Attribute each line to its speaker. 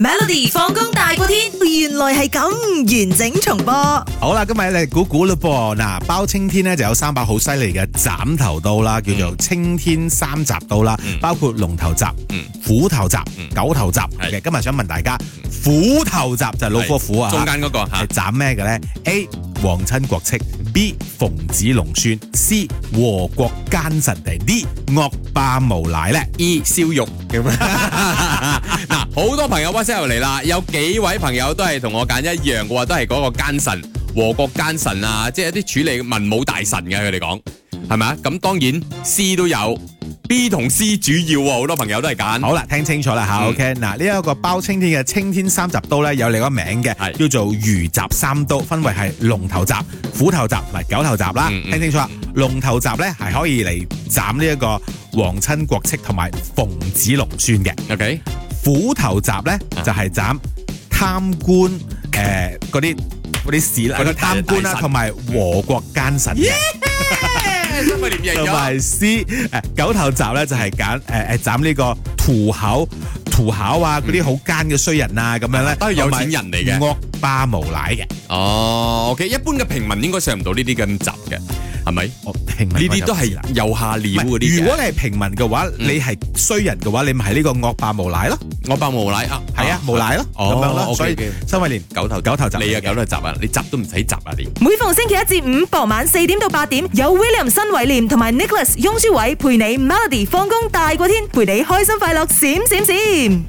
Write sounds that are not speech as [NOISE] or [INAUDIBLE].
Speaker 1: Melody 放工大過天，原來係咁完整重播。
Speaker 2: 好啦，今日你估估嘞噃，嗱，包青天咧就有三把好犀利嘅斬頭刀啦，叫做青天三集刀啦，
Speaker 3: 嗯
Speaker 2: 包括龍頭集、
Speaker 3: 嗯
Speaker 2: 虎頭集、
Speaker 3: 嗯
Speaker 2: 狗頭集。
Speaker 3: 係嗯
Speaker 2: OK，今日想問大家，虎頭集就係老虎虎啊，
Speaker 3: [LAUGHS] 中間嗰個
Speaker 2: [LAUGHS] 係
Speaker 3: 嚇，
Speaker 2: 斬咩嘅咧？A. 皇親國戚，B. 奉子龍孫，C. 和國奸臣定 D. 惡霸無賴咧？
Speaker 3: E 燒肉咁啊！嗱，好多朋友 WhatsApp 入嚟啦，有幾位朋友都係同我揀一樣嘅話，都係嗰個奸臣、和國奸臣啊，即係一啲處理文武大臣嘅佢哋講，係咪啊？咁當然 C 都有，B 同 C 主要喎，好多朋友都係揀。
Speaker 2: 好啦，聽清楚啦吓
Speaker 3: 嗯
Speaker 2: o k 嗱呢一個包青天嘅青天三集刀咧，有另一個名嘅，
Speaker 3: 係
Speaker 2: 叫做魚集三刀，分為係龍頭集、虎頭集同埋狗頭集啦。
Speaker 3: 嗯嗯
Speaker 2: 聽清楚啦，龍頭集咧係可以嚟斬呢一個皇親國戚同埋奉子龍孫嘅，
Speaker 3: OK，
Speaker 2: 虎頭集咧
Speaker 3: 啊
Speaker 2: 就係斬貪官誒嗰啲嗰啲事啦，
Speaker 3: 嗰啲大
Speaker 2: 貪官啦
Speaker 3: 大臣
Speaker 2: 同埋和國奸臣嘅。
Speaker 3: 今日連贏
Speaker 2: 同
Speaker 3: 咗
Speaker 2: 埋 C 誒九頭集咧就係揀誒誒斬呢個屠口、屠口啊嗰啲好奸嘅衰人啊咁樣咧，
Speaker 3: 都係有錢人嚟嘅
Speaker 2: 惡霸無賴嘅。
Speaker 3: 哦，OK，一般嘅平民應該上唔到呢啲咁雜嘅，係咪？
Speaker 2: 我平民
Speaker 3: 呢啲都
Speaker 2: 我
Speaker 3: 係
Speaker 2: 就知啦
Speaker 3: 有下
Speaker 2: 唔
Speaker 3: 料嗰
Speaker 2: 係
Speaker 3: 啲
Speaker 2: 如
Speaker 3: 嘅
Speaker 2: 果你係平民嘅話，
Speaker 3: 嗯
Speaker 2: 你係衰人嘅話，你咪係呢個惡霸無賴咯，
Speaker 3: 我爆無賴啊，
Speaker 2: 係啊無賴咯
Speaker 3: 哦
Speaker 2: 咁樣咯。
Speaker 3: OK，
Speaker 2: 所以
Speaker 3: OK
Speaker 2: 新偉廉
Speaker 3: 九頭
Speaker 2: 九頭集
Speaker 3: 你啊九頭集啊，你集都唔使集啊你。
Speaker 1: 每逢星期一至五傍晚四點到八點，有 William 新偉廉同埋 Nicholas 雍舒偉陪你 Melody 放工大過天，陪你開心快樂閃閃閃。